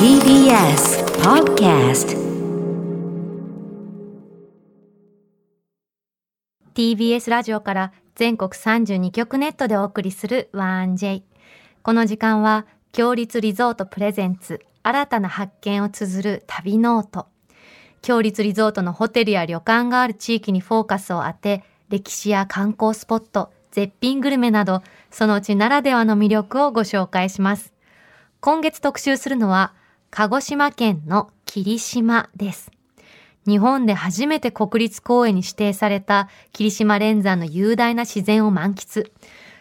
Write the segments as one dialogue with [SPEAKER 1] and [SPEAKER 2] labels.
[SPEAKER 1] TBS Podcast
[SPEAKER 2] TBS ラジオから全国32局ネットでお送りする 1J この時間は強立リゾートプレゼンツ新たな発見を綴る旅ノート強立リゾートのホテルや旅館がある地域にフォーカスを当て歴史や観光スポット絶品グルメなどそのうちならではの魅力をご紹介します今月特集するのは鹿児島県の霧島です日本で初めて国立公園に指定された霧島連山の雄大な自然を満喫。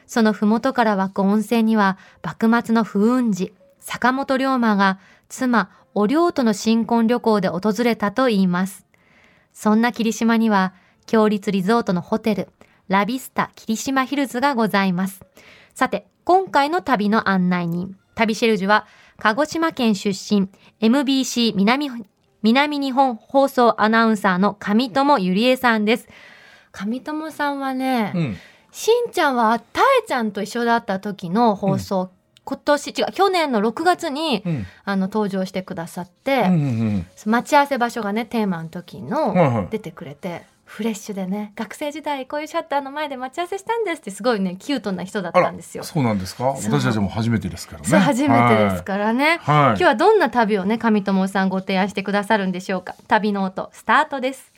[SPEAKER 2] その麓から湧く温泉には、幕末の風雲児、坂本龍馬が妻、お龍との新婚旅行で訪れたといいます。そんな霧島には、強立リゾートのホテル、ラビスタ霧島ヒルズがございます。さて、今回の旅の案内人、旅シェルジュは、鹿児島県出身、MBC 南南日本放送アナウンサーの上友ゆりえさんです。上友さんはね、
[SPEAKER 3] うん、
[SPEAKER 2] しんちゃんはたえちゃんと一緒だった時の放送、今年違う去年の6月に
[SPEAKER 3] うん、
[SPEAKER 2] あの登場してくださっ
[SPEAKER 3] うん、う
[SPEAKER 2] て、
[SPEAKER 3] ん、
[SPEAKER 2] 待ち合わせ場所がねテーマの時の、
[SPEAKER 3] はいはい
[SPEAKER 2] 出てくれて。フレッシュでね学生時代こういうシャッターの前で待ち合わせしたんですってすごいねキュートな人だっ
[SPEAKER 3] あ
[SPEAKER 2] た
[SPEAKER 3] ら
[SPEAKER 2] んですよ。そ
[SPEAKER 3] そうなんですか。
[SPEAKER 2] そう
[SPEAKER 3] 私たちも初めてですからね。
[SPEAKER 2] う初めてですからね、
[SPEAKER 3] はい。はい。
[SPEAKER 2] 今日はどんな旅をね上友さんご提案してくださるんでしょうか旅の音スタートです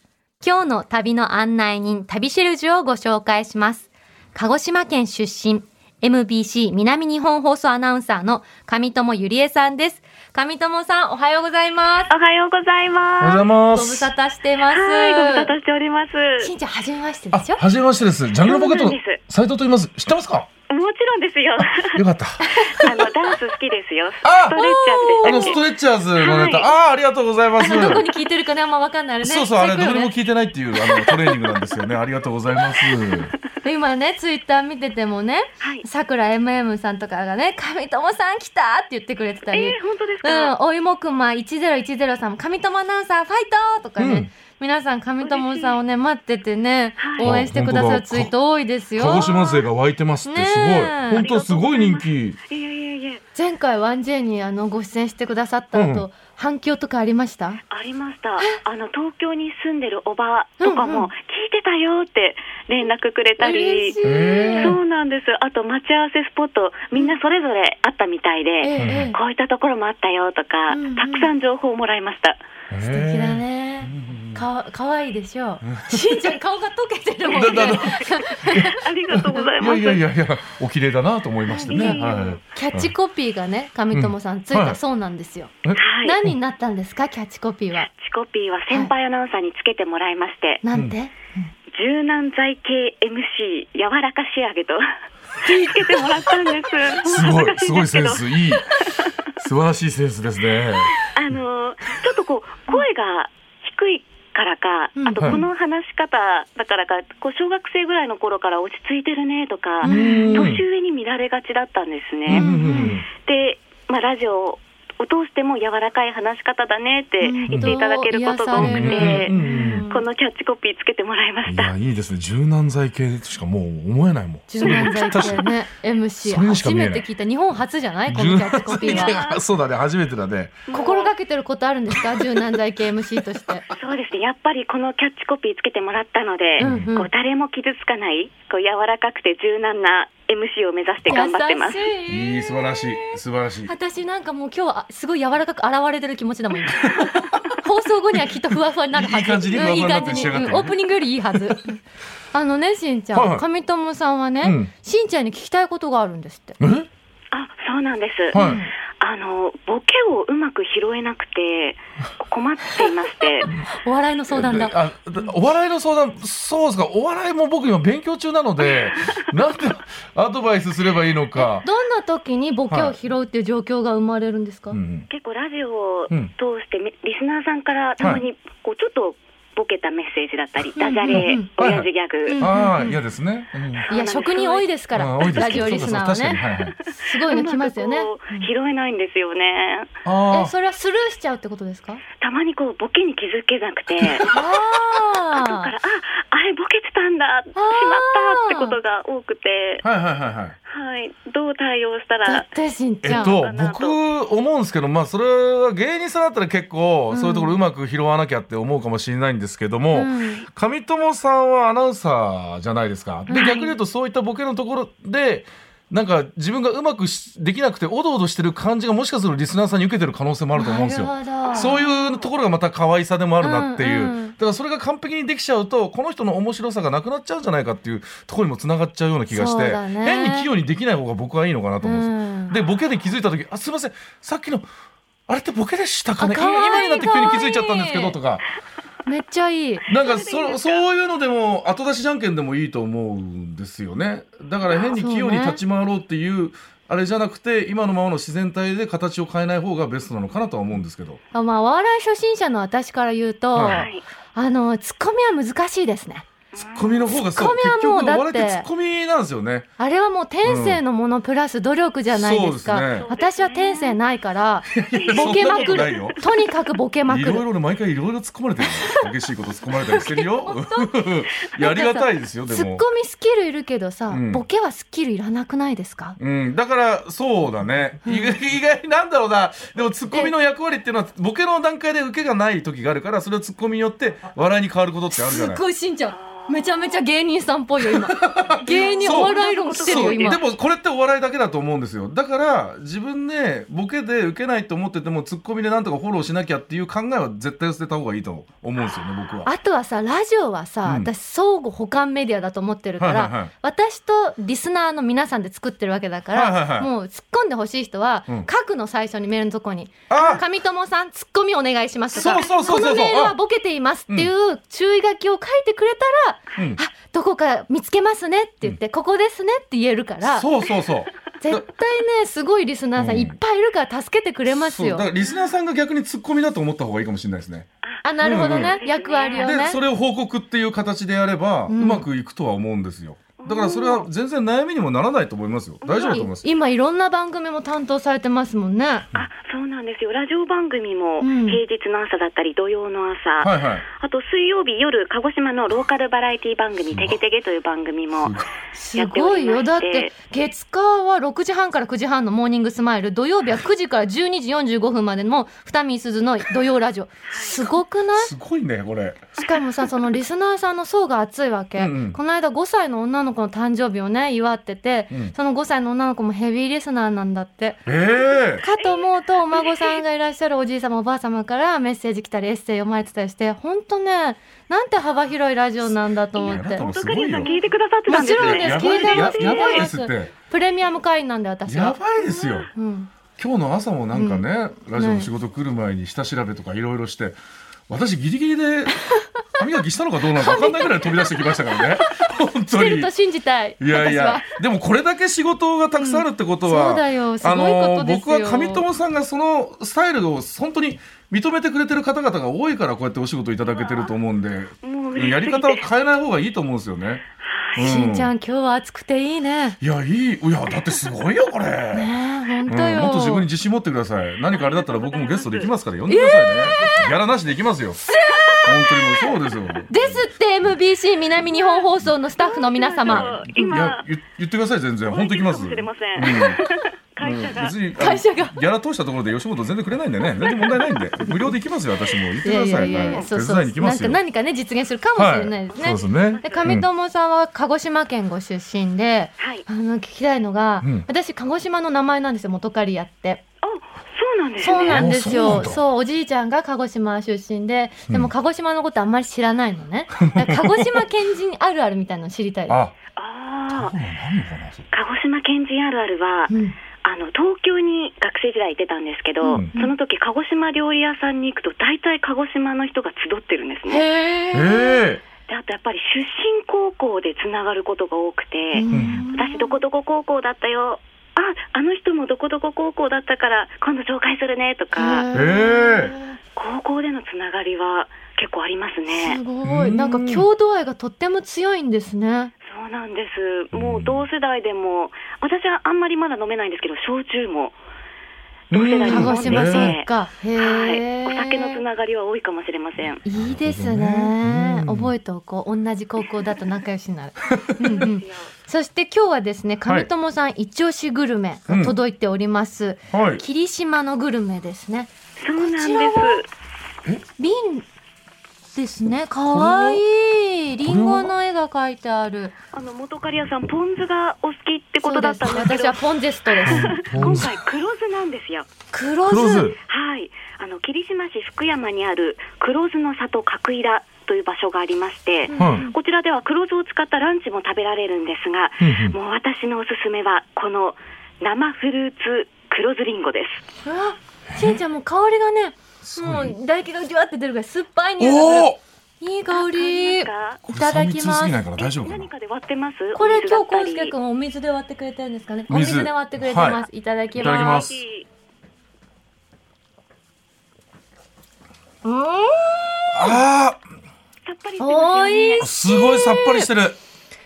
[SPEAKER 2] 今日の旅の案内人旅シェルジュをご紹介します鹿児島県出身 MBC 南日本放送アナウンサーの上友ゆりえさんです上友さんおはようございます
[SPEAKER 4] おはようござい
[SPEAKER 3] おは
[SPEAKER 2] ご無
[SPEAKER 3] ようござい
[SPEAKER 4] ます。
[SPEAKER 3] ます
[SPEAKER 2] 沙。汰してます
[SPEAKER 4] はい、ご無沙汰しております。
[SPEAKER 2] しんちゃん初めまして
[SPEAKER 3] あ、
[SPEAKER 2] でしょ
[SPEAKER 3] はじめましてです。ジャングルポケット
[SPEAKER 4] そ
[SPEAKER 3] の
[SPEAKER 4] うなんで
[SPEAKER 3] 斉藤と言います。知ってますか。
[SPEAKER 4] もちろんですよ。
[SPEAKER 3] よかった。
[SPEAKER 4] あのダンス好きですよ。
[SPEAKER 3] あ
[SPEAKER 4] ストレッチャ
[SPEAKER 3] あ
[SPEAKER 4] ー
[SPEAKER 3] の
[SPEAKER 4] でし
[SPEAKER 3] ス
[SPEAKER 4] た
[SPEAKER 3] ト
[SPEAKER 4] っ
[SPEAKER 3] レッチャーズのネタ。
[SPEAKER 4] はい
[SPEAKER 3] ああ、ありがとうございます。
[SPEAKER 2] どこに聞いてるかねあんま分かんないあれね
[SPEAKER 3] そうそう、あれ、ど
[SPEAKER 2] 最
[SPEAKER 3] こ
[SPEAKER 2] 高よ
[SPEAKER 3] にも
[SPEAKER 2] ね
[SPEAKER 3] 聞いてないっていう、あの、トレーニングなんですよね。ありがとうございます。
[SPEAKER 2] 今ねツイッター見ててもね
[SPEAKER 4] け。はい。
[SPEAKER 2] さくら MM さんとかがね「上友さん来た!」って言ってくれてたり、
[SPEAKER 4] えー、本当です
[SPEAKER 2] うん
[SPEAKER 4] か。、
[SPEAKER 2] お芋くんま1010さんも、上友アナウンサーファイトとかね、
[SPEAKER 3] うん
[SPEAKER 2] 皆さん上友さんをね、待っててね、
[SPEAKER 4] はい
[SPEAKER 2] 応援してくださるツイート多いですよ。
[SPEAKER 3] 鹿児島勢が湧いてますって、すごい
[SPEAKER 2] ねえ。
[SPEAKER 3] 本当、すごい人気。
[SPEAKER 4] いやいやいや、
[SPEAKER 2] 前回 1J にあのご出演してくださった後、
[SPEAKER 3] う
[SPEAKER 2] 反響とかありました
[SPEAKER 4] ありました。あの東京に住んでるおばとか
[SPEAKER 2] うんうん
[SPEAKER 4] も聞いてたよって連絡くれた
[SPEAKER 2] 嬉
[SPEAKER 4] り
[SPEAKER 2] し。い。
[SPEAKER 3] え
[SPEAKER 4] そうなんです。あと待ち合わせスポット、みんなそれぞれあったみた
[SPEAKER 2] え
[SPEAKER 4] い
[SPEAKER 2] え
[SPEAKER 4] で、
[SPEAKER 2] ええ
[SPEAKER 4] こういったところもあったよとか、
[SPEAKER 2] うんうん
[SPEAKER 4] たくさん情報をもらいました。
[SPEAKER 3] 素
[SPEAKER 2] 素敵だ。ね。かわかわいいでしょ う。しんちゃん顔が溶けてるもんね
[SPEAKER 3] だ。だだ
[SPEAKER 4] ありがとうござい
[SPEAKER 3] いや
[SPEAKER 4] ます。
[SPEAKER 3] いやいやいや、お綺麗だなと思いま してね。
[SPEAKER 4] いえいえ
[SPEAKER 3] はい。
[SPEAKER 2] キャッチコピーがね、上友さんつい
[SPEAKER 3] は
[SPEAKER 2] た
[SPEAKER 3] い
[SPEAKER 2] そうなんですよ。
[SPEAKER 4] はい。
[SPEAKER 2] 何になったんですか、キャッチコピーは。
[SPEAKER 4] チコピーは先輩アナウンサーにつけてもらいまして、
[SPEAKER 2] なんて、
[SPEAKER 4] 柔軟剤系 MC 柔らか仕上げと つけてもらったんです。
[SPEAKER 3] す ごい、すごいセン
[SPEAKER 4] 恥ずかしんです
[SPEAKER 3] ス、いい。素晴らしいセンスですね。
[SPEAKER 4] けど。あのーちょっとこう声が低いからか、
[SPEAKER 2] うん
[SPEAKER 4] あとこの話し方だからか、こう小学生ぐらいの頃から落ち着いてるねとか、
[SPEAKER 3] うん
[SPEAKER 4] 年上に見られがちだったんです
[SPEAKER 3] うんう
[SPEAKER 4] ね。
[SPEAKER 3] んうん
[SPEAKER 4] で、まあラジオを通しても柔らかい話し方だねって言っていただけることが多く
[SPEAKER 3] うん
[SPEAKER 4] て
[SPEAKER 3] う、ん
[SPEAKER 4] このキャッチコピーつけてもらいま
[SPEAKER 3] うん
[SPEAKER 4] し
[SPEAKER 3] い
[SPEAKER 4] た。
[SPEAKER 3] や、いいですね。柔軟剤系としかもう思えないもん。
[SPEAKER 2] 柔軟剤
[SPEAKER 3] 確
[SPEAKER 2] 系
[SPEAKER 3] かに
[SPEAKER 2] ね MC
[SPEAKER 3] それにしか
[SPEAKER 2] 初
[SPEAKER 3] 見え
[SPEAKER 2] め
[SPEAKER 3] ない
[SPEAKER 2] て聞いた日本初じゃないこ
[SPEAKER 3] 柔
[SPEAKER 2] のキャッチコ
[SPEAKER 3] 軟
[SPEAKER 2] ピー
[SPEAKER 3] 剤
[SPEAKER 2] は
[SPEAKER 3] 系がそうだね、初めてだね。
[SPEAKER 2] 心がけてることあるんですか柔軟剤系 MC として
[SPEAKER 4] そうですね、やっぱりこのキャッチコピーつけてもらったので、
[SPEAKER 2] うんうん
[SPEAKER 4] こう誰も傷つかない、こう柔らかくて柔軟な MC を目指して頑張ってます。
[SPEAKER 3] い
[SPEAKER 2] 優
[SPEAKER 3] い、
[SPEAKER 2] し
[SPEAKER 3] 素晴らしい、素晴らしい。
[SPEAKER 2] 私なんかもう今日はすごい柔らかく現れてる気持ちだもん 今放送後にはきっとふわふわになるはず
[SPEAKER 3] いい感じに
[SPEAKER 2] うん
[SPEAKER 3] ふわふわになって
[SPEAKER 2] いい感じ
[SPEAKER 3] 仕上がってる
[SPEAKER 2] うんオープニングよりいい はずあのねしんちゃん、
[SPEAKER 3] はいはい
[SPEAKER 2] 上友さんはね、
[SPEAKER 3] うん
[SPEAKER 2] しんちゃんに聞きたいことがあるんですって
[SPEAKER 3] え、
[SPEAKER 4] あ、そうなんです。
[SPEAKER 3] はい。
[SPEAKER 4] あのボケをうまく拾えなくて困っていま して、
[SPEAKER 2] お笑いの相談だ
[SPEAKER 3] あお笑いの相談、そうですか、お笑いも僕今勉強中な ので、なんでアドバイスすればいいのか。
[SPEAKER 2] どんな時にボケを拾うっていう状況が生まれるんですか、
[SPEAKER 3] うん
[SPEAKER 4] 結構ラジオを通してめリスナーさんからたまにこうちょっとボケたメッセージだったり、
[SPEAKER 2] んうん
[SPEAKER 4] ダジャレ、親父ギャグ、
[SPEAKER 2] うん
[SPEAKER 3] ああ、嫌ですね。うん
[SPEAKER 2] いや職人多いですから、
[SPEAKER 3] あー多いです
[SPEAKER 2] ラ
[SPEAKER 3] ね
[SPEAKER 2] ジオリスナーは
[SPEAKER 3] そうかそうか
[SPEAKER 2] ね
[SPEAKER 3] 確かにはいはい
[SPEAKER 2] すごいの来ますよね
[SPEAKER 4] うまくこう拾えないんですよね。
[SPEAKER 3] あ
[SPEAKER 2] え
[SPEAKER 3] あ
[SPEAKER 2] それはスルーしちゃうってことですか
[SPEAKER 4] たまにこうボケに気づけなく
[SPEAKER 2] あ
[SPEAKER 4] て。だからああれボケてたんだしまったってことが多くて、
[SPEAKER 3] はいはいはいはい。
[SPEAKER 4] はい、どう対応した
[SPEAKER 2] だ
[SPEAKER 4] ら
[SPEAKER 2] っ、てしんち
[SPEAKER 3] え
[SPEAKER 2] ゃ
[SPEAKER 3] っ
[SPEAKER 2] ん。
[SPEAKER 3] と
[SPEAKER 4] か、な
[SPEAKER 3] 僕
[SPEAKER 4] と
[SPEAKER 3] 思うんですけど、まあ、それは芸人さんだったら結構
[SPEAKER 2] うん
[SPEAKER 3] そういうところうまく拾わなきゃって思うかもしれないんですけど
[SPEAKER 2] う
[SPEAKER 3] も、
[SPEAKER 2] ん
[SPEAKER 3] 上友さんはアナウンサーじゃないですか。で
[SPEAKER 2] はい
[SPEAKER 3] 逆に言うとそういったボケのところでなんか自分がうまくしできなくておどおどしてる感じがもしかするとリスナーさんに受けてる可能性もあると思うんですよ。
[SPEAKER 2] なるほど
[SPEAKER 3] そういうところがまた可愛さでもあるなっていう、
[SPEAKER 2] うんうん
[SPEAKER 3] だからそれが完璧にできちゃうとこの人の面白さがなくなっちゃうんじゃないかっていうところにもつながっちゃうような気がして、
[SPEAKER 2] そうだね
[SPEAKER 3] 変に器用にできない方が僕はいいのかなと思うんですよ
[SPEAKER 2] うん
[SPEAKER 3] でボケで気づいた時「あすいませんさっきのあれってボケでしたかね
[SPEAKER 2] あかわいい
[SPEAKER 3] 今今になって急に気づいちゃったんですけ
[SPEAKER 2] かわい
[SPEAKER 3] ど」
[SPEAKER 2] い
[SPEAKER 3] とか
[SPEAKER 2] めっちゃいい。
[SPEAKER 3] なんかそそういうのでも後出しじゃんけんでもいいと思うんですよねだから変に器用に立ち回ろうっていうあれじゃなくて今のままの自然体で形を変えない方がベストなのかなとは思うんですけど
[SPEAKER 2] あまあ、お笑い初心者の私から言うと、
[SPEAKER 3] は
[SPEAKER 4] はい、
[SPEAKER 2] あの、ツッコミは難しいですね。
[SPEAKER 3] ツッコミの方がそ
[SPEAKER 2] ツッ
[SPEAKER 3] う
[SPEAKER 2] コミは
[SPEAKER 3] 結
[SPEAKER 2] もう
[SPEAKER 3] 局
[SPEAKER 2] だって
[SPEAKER 3] 笑ってツッコミなんですよね
[SPEAKER 2] あれはもう天性のものプラス努力じゃないですか。
[SPEAKER 3] そうですね
[SPEAKER 2] 私は天性ない から、ボ
[SPEAKER 3] そん
[SPEAKER 2] ケ
[SPEAKER 3] な
[SPEAKER 2] ま
[SPEAKER 3] こ
[SPEAKER 2] く
[SPEAKER 3] とない
[SPEAKER 2] る
[SPEAKER 3] よ。
[SPEAKER 2] とにかくボケまく
[SPEAKER 3] いろい
[SPEAKER 2] る。
[SPEAKER 3] ろ俺毎回いろいろ突っ込まれてるよ激しいこと突っ込まれたりしてるよ いやありがたいですよで
[SPEAKER 2] ツ
[SPEAKER 3] も
[SPEAKER 2] ッコミスキルいるけどさ、
[SPEAKER 3] うん
[SPEAKER 2] ボケはスキルいらなくないですか
[SPEAKER 3] うん、だからそうだね、意外意外なんだろうなでもツッコミの役割っていうのはボケの段階で受けがない時があるからそれをツッコミによって笑いに変わることってあるじ
[SPEAKER 2] す
[SPEAKER 3] ゃ
[SPEAKER 2] っ
[SPEAKER 3] ない
[SPEAKER 2] ごいしんちゃん。めちゃめちゃ芸人さんっぽいよ、 今。芸人お笑い論してる
[SPEAKER 3] そ
[SPEAKER 2] よ、
[SPEAKER 3] うで
[SPEAKER 2] 今。
[SPEAKER 3] もこれってお笑いだけだと思うんですよだから自分でボケで受けないと思っててもツッコミでなんとかフォローしなきゃっていう考えは絶対捨てた方がいいと思うんですよね僕は。
[SPEAKER 2] あとはさ、ラジオはさ、
[SPEAKER 3] うん
[SPEAKER 2] 私相互補完メディアだと思ってるから、
[SPEAKER 3] はいはいはい
[SPEAKER 2] 私とリスナーの皆さんで作ってるわけだから、
[SPEAKER 3] はいはいはい
[SPEAKER 2] もう突っ込んでほしい人は、
[SPEAKER 3] うん
[SPEAKER 2] 書くの最初にメールのとこに
[SPEAKER 3] あ
[SPEAKER 2] 上友さんツッコミお願いしますとか
[SPEAKER 3] そうそうそうそうそう
[SPEAKER 2] このメールはボケていますっていう注意書きを書いてくれたら、
[SPEAKER 3] うん
[SPEAKER 2] あどこか見つけますねって言って、ここですねって言えるから絶
[SPEAKER 3] そうそうそう。
[SPEAKER 2] 対ねすごいリスナーさんいっぱいいるから助けてくれます
[SPEAKER 3] そう
[SPEAKER 2] よ、
[SPEAKER 3] だからリスナーさんが逆にツッコミだと思った方がいいかもしれないですね。
[SPEAKER 2] あなるほどね、
[SPEAKER 4] うん
[SPEAKER 2] 役割を
[SPEAKER 3] で
[SPEAKER 2] ね
[SPEAKER 3] それを報告っていう形でやれば、
[SPEAKER 2] う
[SPEAKER 3] うんまくいくとは思うんですよだからそれは全然悩みにもならないと思いますよ大丈夫だと思います
[SPEAKER 2] 今いろんな番組も担当されてますもんね
[SPEAKER 4] あそうなんですよ、ラジオ番組も
[SPEAKER 2] うん
[SPEAKER 4] 平日の朝だったり、土曜の朝、
[SPEAKER 3] はいはい
[SPEAKER 4] あと水曜日夜、鹿児島のローカルバラエティ番組、てげてげという番組も、
[SPEAKER 2] すごいよ。だ
[SPEAKER 4] や
[SPEAKER 2] っ
[SPEAKER 4] っておりまして
[SPEAKER 2] て、月火は6時半から9時半のモーニングスマイル、土曜日 は9時から12時45分までの二見すずの土曜ラジオ。すごくない
[SPEAKER 3] すごいねこれ
[SPEAKER 2] しかもさ、そのリスナーさんの層が厚いわけ。
[SPEAKER 3] うんうん
[SPEAKER 2] この間5歳の女の子の誕生日をね、祝ってて、
[SPEAKER 3] うん
[SPEAKER 2] その5歳の女の子もヘビーリスナーなんだって。
[SPEAKER 3] ええ
[SPEAKER 2] かと思うと、お孫さんがいらっしゃるおじい様、おばあ様からメッセージ来たり、エッセイ読まれてたりして、ほんとね、なんて幅広いラジオなんだと思って。
[SPEAKER 3] も
[SPEAKER 4] 本
[SPEAKER 3] う
[SPEAKER 4] 当、
[SPEAKER 3] す
[SPEAKER 4] ク
[SPEAKER 3] ごいよ
[SPEAKER 4] リンさん、聞いてくださってたんです
[SPEAKER 2] もちろん
[SPEAKER 4] ね
[SPEAKER 2] です聞
[SPEAKER 3] やば
[SPEAKER 2] い
[SPEAKER 3] い
[SPEAKER 2] てま
[SPEAKER 3] や
[SPEAKER 2] す
[SPEAKER 3] やばいです
[SPEAKER 2] 聞
[SPEAKER 3] っ
[SPEAKER 2] いて
[SPEAKER 3] て
[SPEAKER 2] プレミアム会員なんで、私
[SPEAKER 3] や
[SPEAKER 2] は。
[SPEAKER 3] ばいですよ
[SPEAKER 2] うん
[SPEAKER 3] 今日の朝もなんかね、ラジオの仕事来る前に下調べとかいろいろして私ギリギリで 歯磨きしたのかどうなのか分かんないぐらい飛び出してきましたからね本
[SPEAKER 2] し
[SPEAKER 3] 当
[SPEAKER 2] てる
[SPEAKER 3] に
[SPEAKER 2] と信じたい。
[SPEAKER 3] いやい
[SPEAKER 2] 私は
[SPEAKER 3] や。、でもこれだけ仕事がたくさんあるってことは、
[SPEAKER 2] うんそうだよすごい
[SPEAKER 3] あ
[SPEAKER 2] こと
[SPEAKER 3] の
[SPEAKER 2] です
[SPEAKER 3] 僕
[SPEAKER 2] よ
[SPEAKER 3] は上友さんがそのスタイルを本当に認めてくれてる方々が多いからこうやってお仕事いただけてると思うんで、
[SPEAKER 4] もう嬉しい
[SPEAKER 3] やり方は変えない方がいいと思うんですよね。う
[SPEAKER 2] しんちゃん、
[SPEAKER 3] ん。
[SPEAKER 2] 今日は暑くていいね。
[SPEAKER 3] いやいい、いやだってすごいよこれ。
[SPEAKER 2] ねえ、本
[SPEAKER 3] うん、
[SPEAKER 2] 当よ。
[SPEAKER 3] もっと自分に自信持ってくださ い。何かあれだったら僕もゲストできますから呼んでくださいね。ギャラなしできますよ。本当にもうそうですよ。
[SPEAKER 2] ですって MBC 南日本放送のスタッフの皆様。
[SPEAKER 3] い
[SPEAKER 4] 今
[SPEAKER 3] や、言言ってください全然。本当行きます。
[SPEAKER 4] かもしれません
[SPEAKER 3] うん
[SPEAKER 4] 会社が、
[SPEAKER 3] 別にあ の
[SPEAKER 2] 会社が
[SPEAKER 3] ギャラ通したところで吉本全然くれないんで ね全然問題ないんで無料で行きますよ私も行ってくださいはい手
[SPEAKER 2] そうそう。
[SPEAKER 3] 伝いに行きま
[SPEAKER 2] なん
[SPEAKER 3] す
[SPEAKER 2] か
[SPEAKER 3] よ
[SPEAKER 2] 何かね、実現するかもしれないですね。
[SPEAKER 3] はいそうですね
[SPEAKER 2] で上友さんは鹿児島県ご出身で、
[SPEAKER 4] はい、
[SPEAKER 2] あの聞きたいのが、
[SPEAKER 3] うん
[SPEAKER 2] 私鹿児島の名前なんですよ元刈りやって
[SPEAKER 4] あそうなんですね。
[SPEAKER 2] そうなんです
[SPEAKER 3] あそうな
[SPEAKER 2] よ
[SPEAKER 3] ん
[SPEAKER 2] そ
[SPEAKER 3] だ
[SPEAKER 2] うおじいちゃんが鹿児島出身でで
[SPEAKER 3] う
[SPEAKER 2] も
[SPEAKER 3] ん
[SPEAKER 2] 鹿児島のことあんまり知らないのねだから鹿児島県人あるあるみたいなの知りたいです
[SPEAKER 3] あそう
[SPEAKER 4] あー
[SPEAKER 3] なんのかなそれ
[SPEAKER 4] 鹿児島県人あるあるは、
[SPEAKER 2] うん
[SPEAKER 4] あの東京に学生時代行ってたんですけど、
[SPEAKER 3] うん
[SPEAKER 4] その時鹿児島料理屋さんに行くと大体鹿児島の人が集ってるんですね
[SPEAKER 2] へえ。
[SPEAKER 3] え
[SPEAKER 4] であとやっぱり出身高校でつながることが多くて、
[SPEAKER 3] ん
[SPEAKER 4] 私どこどこ高校だったよああの人もどこどこ高校だったから今度紹介するねとか
[SPEAKER 3] ええ
[SPEAKER 4] 高校でのつながりは結構あります
[SPEAKER 2] す
[SPEAKER 4] ね
[SPEAKER 2] ごい。
[SPEAKER 3] うん
[SPEAKER 2] なんか郷土愛がとっても強いんですね。
[SPEAKER 4] そうなんですもう同世代でも私はあんまりまだ飲めないんですけど焼酎も同世代の
[SPEAKER 2] 鹿
[SPEAKER 4] も
[SPEAKER 2] 児
[SPEAKER 4] ので、
[SPEAKER 2] 島
[SPEAKER 3] うん
[SPEAKER 2] そうか。へ
[SPEAKER 4] はい、
[SPEAKER 2] え。
[SPEAKER 4] お酒のつながりは多いかもしれません。
[SPEAKER 2] いいです
[SPEAKER 3] なるほ
[SPEAKER 2] ね。
[SPEAKER 3] どねうん
[SPEAKER 2] 覚えておこう。同じ高校だと仲良しになる。うんうんそして今日はですね、上友さん一押しグルメが届いております。
[SPEAKER 3] はい。
[SPEAKER 2] 霧島のグルメですね。
[SPEAKER 4] そうなんで
[SPEAKER 2] こちらは瓶ですね。かわいい。リンゴの絵が描いてある。
[SPEAKER 4] す。あの元カリアさん、ポン酢がお好きってこ
[SPEAKER 2] そ
[SPEAKER 4] と
[SPEAKER 2] うで
[SPEAKER 4] だっ
[SPEAKER 2] す。
[SPEAKER 4] たんです
[SPEAKER 2] 私
[SPEAKER 4] けど
[SPEAKER 2] は、ポンゼストです。
[SPEAKER 4] 今回黒酢なんですよ。
[SPEAKER 2] 黒酢。
[SPEAKER 3] 黒酢。
[SPEAKER 4] はい、あの霧島市福山にある黒酢の里角井田という場所がありまして、
[SPEAKER 3] は
[SPEAKER 4] こちらでは黒酢を使ったランチも食べられるんですが、
[SPEAKER 3] い。うん
[SPEAKER 4] もう私のおすすめはこの生フルーツ黒酢りんごです。
[SPEAKER 2] うわ、しんちゃんもう香りがね、
[SPEAKER 3] す
[SPEAKER 2] も
[SPEAKER 3] ごいう
[SPEAKER 2] 唾液がじわって出るぐらい酸っぱい匂いが
[SPEAKER 3] おお。
[SPEAKER 2] する。いい香り。い
[SPEAKER 4] なんか
[SPEAKER 2] ただきます
[SPEAKER 3] 過ぎ。ないから大丈夫
[SPEAKER 4] え
[SPEAKER 3] かな
[SPEAKER 4] 何。かで割ってます？
[SPEAKER 2] こ
[SPEAKER 4] お
[SPEAKER 2] れ
[SPEAKER 4] 水だ
[SPEAKER 2] 今
[SPEAKER 4] っ
[SPEAKER 2] 日
[SPEAKER 4] た
[SPEAKER 2] コ
[SPEAKER 4] り
[SPEAKER 2] ウスケ君お水で割ってくれてるんですかね。お
[SPEAKER 3] 水
[SPEAKER 2] 水で割ってくれてます。い、ただき
[SPEAKER 3] いただきま
[SPEAKER 2] ますす。
[SPEAKER 3] あ
[SPEAKER 4] さっぱりしてます
[SPEAKER 2] お
[SPEAKER 4] よね。
[SPEAKER 2] い
[SPEAKER 3] あ、すごいさっぱりしてる。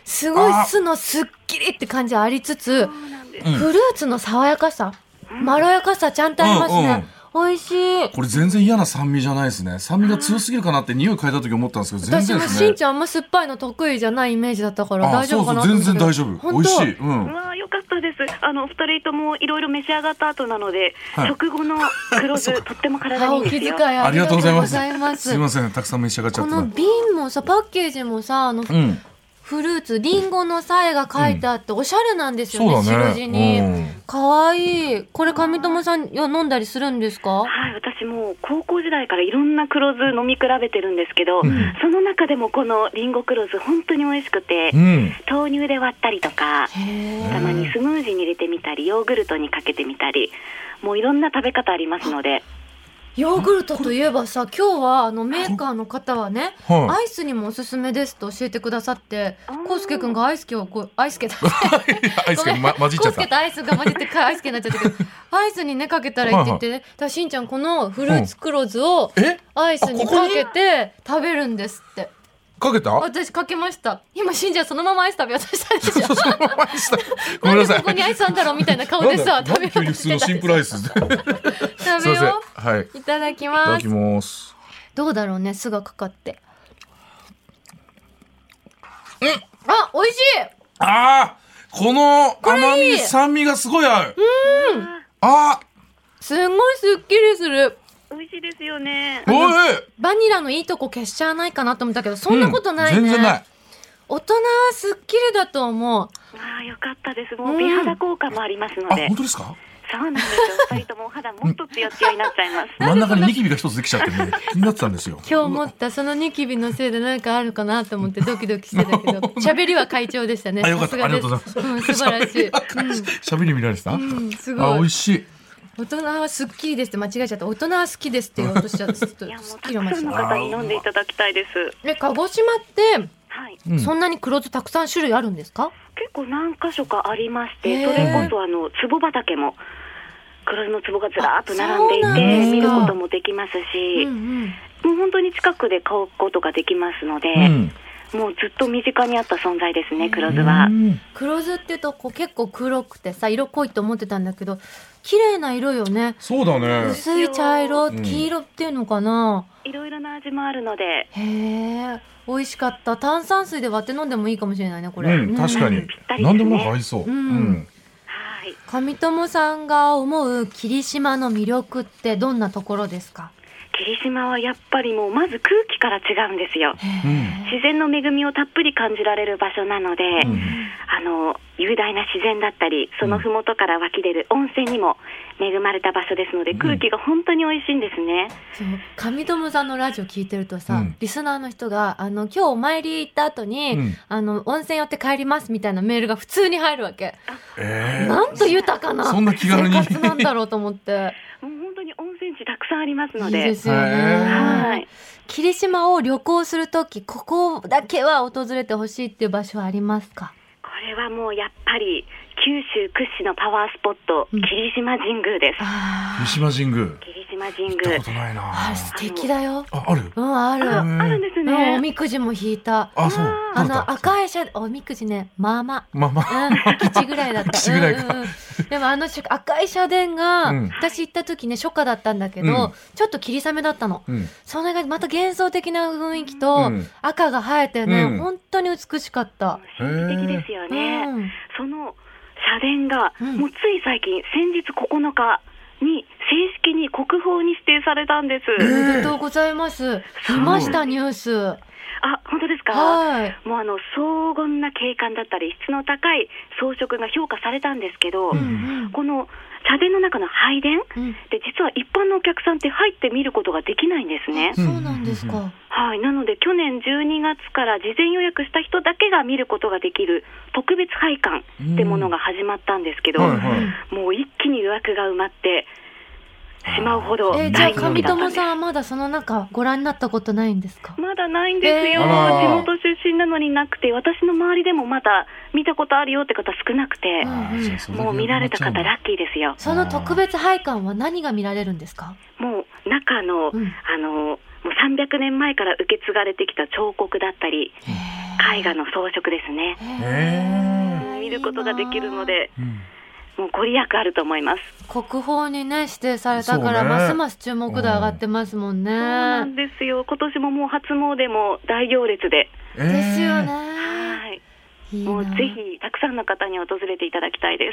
[SPEAKER 2] すごい
[SPEAKER 3] あ
[SPEAKER 2] 酢のすっきりって感じありつつ、
[SPEAKER 4] そうなんです。
[SPEAKER 3] うん
[SPEAKER 2] フルーツの爽やかさ、まろやかさちゃんとありますね。美味しい。
[SPEAKER 3] これ全然嫌な酸味じゃないですね。酸味が強すぎるかなって匂い嗅いだ時思ったんですけど、全
[SPEAKER 2] 私
[SPEAKER 3] 然
[SPEAKER 2] も
[SPEAKER 3] です
[SPEAKER 2] し
[SPEAKER 3] ね
[SPEAKER 2] んち。ゃんあんま酸っぱいの得意じゃないイメージだったから
[SPEAKER 3] あ、
[SPEAKER 2] 大丈
[SPEAKER 3] そ
[SPEAKER 2] 夫
[SPEAKER 3] う
[SPEAKER 2] かな
[SPEAKER 3] そう、
[SPEAKER 2] と思
[SPEAKER 3] 全
[SPEAKER 2] って
[SPEAKER 3] 然大丈夫。美味しい。う。
[SPEAKER 4] うんわあ、よかったです。あの、お二人ともいろいろ召し上がった後なので、
[SPEAKER 3] はい
[SPEAKER 4] 食後の黒 酢、とっても体に
[SPEAKER 2] あ
[SPEAKER 4] いい
[SPEAKER 2] お
[SPEAKER 4] で
[SPEAKER 2] 気
[SPEAKER 4] す
[SPEAKER 2] 遣い
[SPEAKER 4] よ。
[SPEAKER 2] あ
[SPEAKER 3] あ
[SPEAKER 2] り
[SPEAKER 3] り
[SPEAKER 2] が
[SPEAKER 3] が
[SPEAKER 2] と
[SPEAKER 3] と
[SPEAKER 2] う
[SPEAKER 3] う
[SPEAKER 2] ご
[SPEAKER 3] ご
[SPEAKER 2] ざ
[SPEAKER 3] ざ
[SPEAKER 2] い
[SPEAKER 3] い
[SPEAKER 2] ま。
[SPEAKER 3] ますす。すいません、たくさん召し上がっちゃ
[SPEAKER 2] こ
[SPEAKER 3] って。
[SPEAKER 2] の瓶もさパッケージもさあの
[SPEAKER 3] うん。
[SPEAKER 2] フルーツリンゴのさえが書いてあっておしゃれなんですよね、
[SPEAKER 3] そうだ
[SPEAKER 2] 白地に。
[SPEAKER 3] ね。
[SPEAKER 2] 可愛いこれ上友さんよ飲んだりするんですか？
[SPEAKER 4] はい、私も高校時代からいろんな黒酢飲み比べてるんですけど、
[SPEAKER 3] うん
[SPEAKER 4] その中でもこのリンゴ黒酢本当に美味しくて、
[SPEAKER 3] うん。うん。
[SPEAKER 4] 豆乳で割ったりとか、
[SPEAKER 2] へえ。
[SPEAKER 4] たまにスムージーに入れてみたり、ヨーグルトにかけてみたり、もういろんな食べ方ありますので、
[SPEAKER 2] ヨーグルトといえばさ今日はあのメーカーの方はね。
[SPEAKER 3] は
[SPEAKER 2] アイスにもおすすめですと教えてくださって
[SPEAKER 4] あー、
[SPEAKER 2] コウスケくんがアイスケをこうアイスケだ。
[SPEAKER 3] い。 アイス
[SPEAKER 2] ごめ
[SPEAKER 3] が
[SPEAKER 2] ん
[SPEAKER 3] ま混じっちゃっ
[SPEAKER 2] コウスケ
[SPEAKER 3] た。
[SPEAKER 2] とアイスが混じってかアイスケになっちゃったけど、アイスにねかけたらいいって言ってね。だからしんちゃんこのフルーツ黒酢を
[SPEAKER 3] え
[SPEAKER 2] アイスに
[SPEAKER 3] あここ
[SPEAKER 2] か
[SPEAKER 3] に
[SPEAKER 2] けて食べるんですって。
[SPEAKER 3] かけた
[SPEAKER 2] 私かけました。今しんちゃんそのままアイス食べようとしたでし
[SPEAKER 3] そ
[SPEAKER 2] ょ。
[SPEAKER 3] うそのままにした。 ごめ
[SPEAKER 2] なんんで
[SPEAKER 3] なさい。
[SPEAKER 2] ここにアイスあんだろうみたいな顔でさ
[SPEAKER 3] なんだ
[SPEAKER 2] 食べよう
[SPEAKER 3] なんだ急
[SPEAKER 2] として
[SPEAKER 3] に普通の
[SPEAKER 2] た
[SPEAKER 3] シンプルアイス。すいま
[SPEAKER 2] 食
[SPEAKER 3] せ
[SPEAKER 2] べ
[SPEAKER 3] ん。
[SPEAKER 2] よ
[SPEAKER 3] はい。いう
[SPEAKER 2] いただき
[SPEAKER 3] ただ
[SPEAKER 2] ま
[SPEAKER 3] き
[SPEAKER 2] す
[SPEAKER 3] ます。
[SPEAKER 2] どうだろうね酢がかかってあ美味しい
[SPEAKER 3] ああこの甘
[SPEAKER 2] れいい
[SPEAKER 3] み、酸味がすごい合う。あ
[SPEAKER 2] すんごいすっきりする
[SPEAKER 4] 美味しいですよね
[SPEAKER 3] ー。おい
[SPEAKER 2] バニラのいいとこ消しちゃわないかなと思ったけどそんなことないね、
[SPEAKER 3] うん全然ない。
[SPEAKER 2] 大人はすっきりだと思う
[SPEAKER 4] ああ、よかったです。もう美肌効果もありますの
[SPEAKER 3] あ、
[SPEAKER 4] で、
[SPEAKER 3] 本当ですか
[SPEAKER 4] そうなんですよ。二人ともお肌もっとツヤツヤになっちゃいます。
[SPEAKER 3] 真ん中にニキビが一つできちゃっ てね、気になってたんですよ。
[SPEAKER 2] 今日持ったそのニキビのせいで何かあるかなと思ってドキドキしてたけ ど喋りは会長でしたね
[SPEAKER 3] あよかった
[SPEAKER 2] さすがです
[SPEAKER 3] ありがとうございます
[SPEAKER 2] ん素晴ら しい、
[SPEAKER 3] 喋り見られてた、
[SPEAKER 2] うんうん、す
[SPEAKER 3] あ、
[SPEAKER 2] ご
[SPEAKER 3] 美
[SPEAKER 2] い
[SPEAKER 3] 味しい。
[SPEAKER 2] 大人はすっきりですって間違えちゃった大人は好きですって言おうとしちゃったちょっと
[SPEAKER 4] いや、も
[SPEAKER 2] す
[SPEAKER 4] う
[SPEAKER 2] ったきりを間
[SPEAKER 4] く
[SPEAKER 2] 違え
[SPEAKER 4] さん
[SPEAKER 2] た
[SPEAKER 4] の方に飲んでいただきたいです。
[SPEAKER 2] え鹿児島って
[SPEAKER 4] はい。
[SPEAKER 3] うん
[SPEAKER 2] そんなに黒酢たくさん種類あるんですか、
[SPEAKER 4] 結構何箇所かありまし
[SPEAKER 2] へ
[SPEAKER 4] て、
[SPEAKER 2] ー
[SPEAKER 4] それこそあの壺畑も黒酢の壺がずらーっと並んでい
[SPEAKER 2] あそう
[SPEAKER 3] なんですか
[SPEAKER 4] て見ることもできます
[SPEAKER 2] うん
[SPEAKER 4] し、
[SPEAKER 2] うん、
[SPEAKER 4] もう本当に近くで買うことができますので、
[SPEAKER 3] うん。
[SPEAKER 4] もうずっと身近にあった存在ですね黒酢
[SPEAKER 3] う
[SPEAKER 4] は。
[SPEAKER 3] ん
[SPEAKER 2] 黒酢ってとこう結構黒くてさ色濃いと思ってたんだけど綺麗な色よね
[SPEAKER 3] そうだね。
[SPEAKER 2] 薄い茶色
[SPEAKER 3] うん
[SPEAKER 2] 黄色っていうのかな、
[SPEAKER 4] いろいろな味もあるので
[SPEAKER 2] へえ美味しかった炭酸水で割って飲んでもいいかもしれないねこれ、
[SPEAKER 3] うん、確かに
[SPEAKER 4] ぴった。りですね
[SPEAKER 3] 何でもなんか合いそう。う
[SPEAKER 2] うんん。
[SPEAKER 4] はい
[SPEAKER 2] 上友さんが思う霧島の魅力ってどんなところですか
[SPEAKER 4] 霧島はやっぱりもうまず空気から違うんですよ。
[SPEAKER 2] へ
[SPEAKER 3] うん
[SPEAKER 2] え
[SPEAKER 4] 自然の恵みをたっぷり感じられる場所なので、
[SPEAKER 3] うん
[SPEAKER 4] あの雄大な自然だったり、そのふもとから湧き出る温泉にも恵まれた場所ですので、
[SPEAKER 3] うん
[SPEAKER 4] 空気が本当に美味しいんですね。
[SPEAKER 2] そう上友さんのラジオ聞いてるとさ、
[SPEAKER 3] うん
[SPEAKER 2] リスナーの人があの今日お参り行った後に、
[SPEAKER 3] うん
[SPEAKER 2] あの温泉寄って帰りますみたいなメールが普通に入るわけ、
[SPEAKER 3] えー
[SPEAKER 2] なんと豊かな
[SPEAKER 3] そんな気軽に
[SPEAKER 2] 生活なんだろうと思って
[SPEAKER 4] もう本当に温泉地たくさんあります
[SPEAKER 2] い
[SPEAKER 4] の
[SPEAKER 2] い
[SPEAKER 4] で。
[SPEAKER 2] ですよね、
[SPEAKER 3] へー
[SPEAKER 4] はい、
[SPEAKER 2] 霧島を旅行するときここだけは訪れてほしいっていう場所はありますか
[SPEAKER 4] これはもうやっぱり九州屈指のパワースポット、
[SPEAKER 2] うん
[SPEAKER 4] 霧島神宮です。
[SPEAKER 2] あ
[SPEAKER 3] 三島神宮。
[SPEAKER 4] 霧島マジング
[SPEAKER 3] 見たことないな
[SPEAKER 2] あれ素敵だよ。
[SPEAKER 3] あある
[SPEAKER 2] うん、あ
[SPEAKER 3] へ
[SPEAKER 2] る。
[SPEAKER 3] ー
[SPEAKER 4] あるんです
[SPEAKER 2] うん、お
[SPEAKER 4] ね。
[SPEAKER 2] みくじも引いた。
[SPEAKER 3] あそう
[SPEAKER 2] あ
[SPEAKER 3] どうだっ
[SPEAKER 2] の
[SPEAKER 3] た
[SPEAKER 2] 赤いシャおみくじね、まあま
[SPEAKER 3] まあまあ
[SPEAKER 2] あ。 うん、吉ぐらいだった。
[SPEAKER 3] 吉ぐらいか
[SPEAKER 2] うんうんうんでもあのし赤い社殿が、
[SPEAKER 3] うん
[SPEAKER 2] 私行った時ね、初夏だったんだけど、
[SPEAKER 3] うん
[SPEAKER 2] ちょっと霧雨だったの。
[SPEAKER 3] うん
[SPEAKER 2] それがまた幻想的な雰囲気と、
[SPEAKER 3] うん
[SPEAKER 2] 赤が映えてね、
[SPEAKER 3] うん
[SPEAKER 2] 本当に美しかった。
[SPEAKER 4] 神秘的ですよね。
[SPEAKER 2] うん
[SPEAKER 4] その社殿が、
[SPEAKER 2] うん
[SPEAKER 4] もうつい最近、先日9日に正式に国宝に指定されたんです。
[SPEAKER 2] おめでとうございます。見ました、ニュース。
[SPEAKER 4] あ、本当ですか。
[SPEAKER 2] はい。
[SPEAKER 4] もうあの荘厳な景観だったり質の高い装飾が評価されたんですけど、
[SPEAKER 2] う
[SPEAKER 3] う
[SPEAKER 2] んん
[SPEAKER 4] この社殿の中の拝殿っ
[SPEAKER 2] うんうん
[SPEAKER 4] て実は一般のお客さんって入って見ることができないんですね。
[SPEAKER 2] そうなんですか。
[SPEAKER 4] はい、なので去年12月から事前予約した人だけが見ることができる特別拝観ってものが始まったんですけど、
[SPEAKER 3] うんはい
[SPEAKER 4] もう一気に予約が埋まってしまうほど
[SPEAKER 2] えーじゃあ
[SPEAKER 4] 大人
[SPEAKER 2] 上
[SPEAKER 4] 気だったん
[SPEAKER 2] 友
[SPEAKER 4] です。
[SPEAKER 2] さんはまだその中ご覧になったことないんですか。
[SPEAKER 4] まだないんですよ、
[SPEAKER 3] えーあら
[SPEAKER 4] 地元出身なのになくて、私の周りでもまだ見たことあるよって方少なくて、
[SPEAKER 2] うん
[SPEAKER 3] あーじゃあそれで
[SPEAKER 4] もう見られた方、ラッキーですよ。
[SPEAKER 2] その特別拝観は何が見られるんですか。
[SPEAKER 4] もう中の、
[SPEAKER 2] うん
[SPEAKER 4] あの、もう300年前から受け継がれてきた彫刻だったり、絵画の装飾ですね。
[SPEAKER 3] へ
[SPEAKER 4] 見ることができるの。で、
[SPEAKER 3] うん
[SPEAKER 4] もうご利益あると思います。
[SPEAKER 2] 国宝にね指定されたから、
[SPEAKER 3] そうね
[SPEAKER 2] ますます注目度上がってますもんね。
[SPEAKER 4] そうなんですよ。今年ももう初詣も大行列で、
[SPEAKER 3] えー
[SPEAKER 2] ですよね。
[SPEAKER 4] はい。
[SPEAKER 2] いいな
[SPEAKER 4] もうぜひたくさんの方に訪れていただきたいで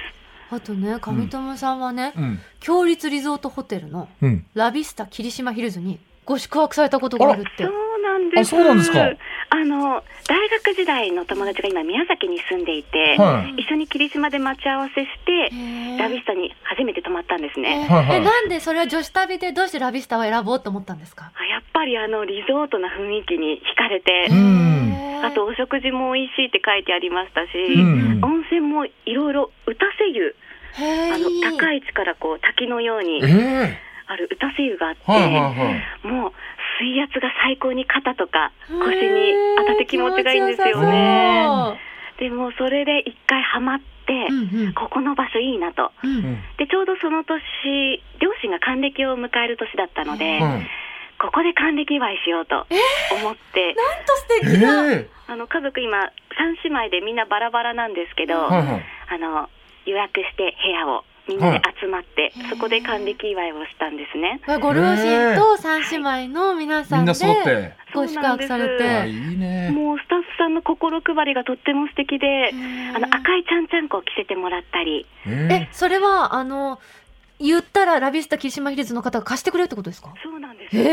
[SPEAKER 4] す。
[SPEAKER 2] あとね上友さんはね、
[SPEAKER 3] うん
[SPEAKER 2] 強立リゾートホテルの
[SPEAKER 3] うん
[SPEAKER 2] ラビスタ霧島ヒルズにご宿泊されたことがあるって
[SPEAKER 4] そ。うなんです。
[SPEAKER 3] あそうなんですか
[SPEAKER 4] あの大学時代の友達が今宮崎に住んでいて、
[SPEAKER 3] はい
[SPEAKER 4] 一緒に霧島で待ち合わせして、
[SPEAKER 2] へー
[SPEAKER 4] ラビスタに初めて泊まったんです
[SPEAKER 2] え
[SPEAKER 4] ね。
[SPEAKER 3] はいはい
[SPEAKER 2] えなんでそれは女子旅でどうしてラビスタを選ぼうと思ったんですか。
[SPEAKER 4] あやっぱりあのリゾートな雰囲気に惹かれて
[SPEAKER 3] う、ん
[SPEAKER 2] へー
[SPEAKER 4] あとお食事も美味しいって書いてありましたし、
[SPEAKER 3] うん
[SPEAKER 4] 温泉もいろいろ打たせ湯、
[SPEAKER 2] へー
[SPEAKER 4] あの高い位置からこう滝のように
[SPEAKER 3] ええ
[SPEAKER 4] ある打たせ湯があって、
[SPEAKER 3] はいはいはい
[SPEAKER 4] もう水圧が最高に肩とか腰に
[SPEAKER 2] へー
[SPEAKER 4] 当たって気持ちがいいんですよね。でもうそれで一回ハマって、
[SPEAKER 2] 気持ちよさ
[SPEAKER 4] ここの場所いいなと。
[SPEAKER 2] そううんうん
[SPEAKER 3] う
[SPEAKER 2] うんん
[SPEAKER 4] でちょうどその年両親が還暦を迎える年だったので、
[SPEAKER 3] はい
[SPEAKER 4] ここで還暦祝いしようと思って、
[SPEAKER 2] なんと素
[SPEAKER 3] え
[SPEAKER 2] 敵な、
[SPEAKER 3] え
[SPEAKER 4] あの家族今3姉妹でみんなバラバラなんですけど、
[SPEAKER 3] はいはい
[SPEAKER 4] あの予約して部屋をみんなで集まって、
[SPEAKER 2] はい
[SPEAKER 4] そこで還暦祝いをしたんですね。
[SPEAKER 2] ご両親と三姉妹の皆
[SPEAKER 3] み
[SPEAKER 2] さ
[SPEAKER 3] ん
[SPEAKER 2] んで
[SPEAKER 3] な揃って
[SPEAKER 2] ご宿泊され
[SPEAKER 4] そう
[SPEAKER 3] あ
[SPEAKER 2] て、
[SPEAKER 3] いいね
[SPEAKER 4] もうスタッフさんの心配りがとっても素敵で、あの赤いちゃんちゃんこを着せてもらったり、
[SPEAKER 2] え
[SPEAKER 3] え
[SPEAKER 2] それはあの言ったらラビスタ霧島ヒルズの方が貸してくれるってことですか
[SPEAKER 4] そうなんです
[SPEAKER 2] へ
[SPEAKER 3] え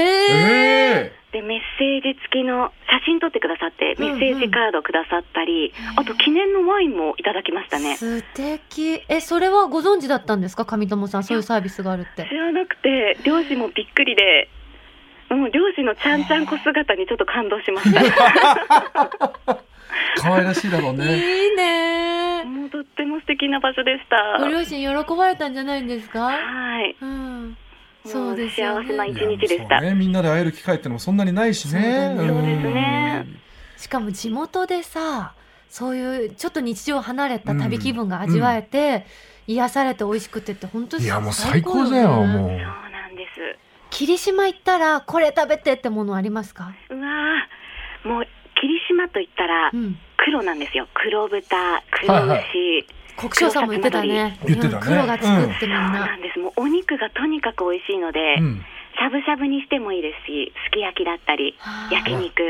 [SPEAKER 2] え
[SPEAKER 3] え
[SPEAKER 4] でメッセージ付きの写真撮ってくださってメッセージカードくださったり、あと記念のワインもいただきましたね。
[SPEAKER 2] 素敵えそれはご存知だったんですか上友さんそういうサービスがあるって
[SPEAKER 4] 知らなくて両親もびっくりで。もう両親のちゃんちゃんこ姿にちょっと感動しま した。
[SPEAKER 3] 可愛らしいだろうね
[SPEAKER 2] いいね
[SPEAKER 4] もうとっても素敵な場所でした。
[SPEAKER 2] ご両親喜ばれたんじゃないんですか
[SPEAKER 4] はい。
[SPEAKER 2] うんそうですよね
[SPEAKER 4] もう幸せな一日でした
[SPEAKER 3] いやそうねみんなで会える機会ってのもそんなにないしね
[SPEAKER 2] そうだね
[SPEAKER 4] そうですね
[SPEAKER 2] しかも地元でさそういうちょっと日常を離れた旅気分が味わえて、癒されて美味しくてって本当
[SPEAKER 3] うん
[SPEAKER 2] に
[SPEAKER 3] いやもう最高だよ
[SPEAKER 2] ね
[SPEAKER 3] もう
[SPEAKER 4] そうなんです。
[SPEAKER 2] 霧島行ったらこれ食べてってものありますか、
[SPEAKER 4] うわーもう霧島と言ったら
[SPEAKER 2] うん、
[SPEAKER 4] 黒なんですよ黒豚黒牛、
[SPEAKER 3] はいは
[SPEAKER 2] 国生さんも言ってたね
[SPEAKER 3] 言ってたね
[SPEAKER 2] うん黒が作ってみん
[SPEAKER 4] そう
[SPEAKER 2] な、
[SPEAKER 4] なんですもうお肉がとにかく美味しいので、
[SPEAKER 3] うん
[SPEAKER 4] しゃぶしゃぶにしてもいいですしすき焼きだったり
[SPEAKER 2] はあ
[SPEAKER 4] 焼肉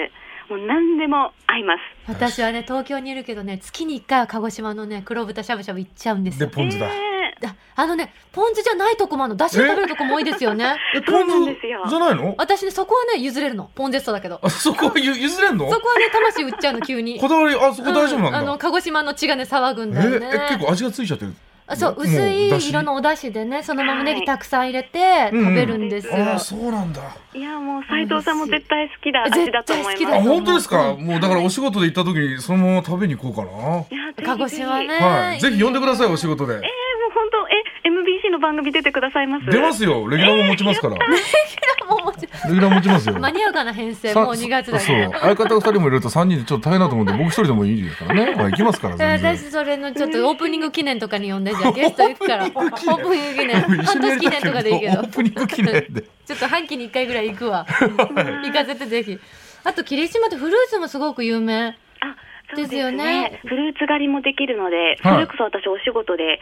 [SPEAKER 4] もう何でも合います
[SPEAKER 2] 私はね東京にいるけどね月に1回は鹿児島のね黒豚しゃぶしゃぶ行っちゃうんです
[SPEAKER 3] で
[SPEAKER 2] よ
[SPEAKER 3] ポン酢だ
[SPEAKER 4] え
[SPEAKER 2] ああのねポン酢じゃないとこもあるのだしで食べるとこも多いですよ ね
[SPEAKER 3] え
[SPEAKER 4] そ
[SPEAKER 3] ポ
[SPEAKER 4] うなん
[SPEAKER 3] ン
[SPEAKER 4] ですよ
[SPEAKER 3] 酢じゃないの
[SPEAKER 2] 私ねそこはね譲れるのポンゼストだけど
[SPEAKER 3] あそこゆ譲れんの
[SPEAKER 2] そこはね魂売っちゃうの急に
[SPEAKER 3] こだわりあそこ大丈夫なん
[SPEAKER 2] うあの
[SPEAKER 3] だ
[SPEAKER 2] 鹿児島の血がね騒ぐん
[SPEAKER 3] え
[SPEAKER 2] だよ
[SPEAKER 3] え
[SPEAKER 2] ね。
[SPEAKER 3] 結構味がついちゃってる
[SPEAKER 2] あそう
[SPEAKER 3] もう
[SPEAKER 2] 薄い
[SPEAKER 3] だし
[SPEAKER 2] 色のお出汁でねそのままネ
[SPEAKER 4] は
[SPEAKER 2] ギ
[SPEAKER 4] い
[SPEAKER 2] たくさん入れて
[SPEAKER 3] うんう
[SPEAKER 2] 食
[SPEAKER 3] ん
[SPEAKER 2] べるんですよ。
[SPEAKER 3] ああそうなんだ
[SPEAKER 4] ーいやもう斎藤さんも絶対好きだ味だと思います
[SPEAKER 2] 絶対好きだ
[SPEAKER 3] あ
[SPEAKER 2] よ
[SPEAKER 3] 本当ですかもうだからお仕事で行った時にそのまま食べに行こうかない
[SPEAKER 4] やぜひぜひ
[SPEAKER 2] 鹿児島ね。
[SPEAKER 3] はいぜひ呼んでくださいお仕事で
[SPEAKER 4] えーもう本当え MBC の番組出てくださいます
[SPEAKER 3] 出ますよレギュラーも持ちますから
[SPEAKER 2] もうもちろん
[SPEAKER 3] レギュラー持ちますよ。
[SPEAKER 2] 間に合うかな編成もう2月だ
[SPEAKER 3] そ
[SPEAKER 2] け
[SPEAKER 3] う
[SPEAKER 2] ど。
[SPEAKER 3] 相方2人もいると3人でちょっと大変だと思うんで僕1人でもいいです からね、まあ、行きますから
[SPEAKER 2] え
[SPEAKER 3] 全然
[SPEAKER 2] 私それのちょっとオープニング記念とかに呼んでじゃあゲスト行くからオープニング記念
[SPEAKER 3] 一緒
[SPEAKER 2] 半
[SPEAKER 3] にや
[SPEAKER 2] 年
[SPEAKER 3] り
[SPEAKER 2] 記
[SPEAKER 3] た
[SPEAKER 2] 念
[SPEAKER 3] いけ
[SPEAKER 2] と
[SPEAKER 3] ど
[SPEAKER 2] かでいいけ ど
[SPEAKER 3] オープニング記念 で
[SPEAKER 2] ちょっと半期に1回ぐらい行くわ行かせてぜひあと霧島ってフルーツもすごく有名
[SPEAKER 4] あそうです
[SPEAKER 2] ですよね
[SPEAKER 4] ねフルーツ狩りもできるので、
[SPEAKER 3] はい
[SPEAKER 4] それこそ私お仕事で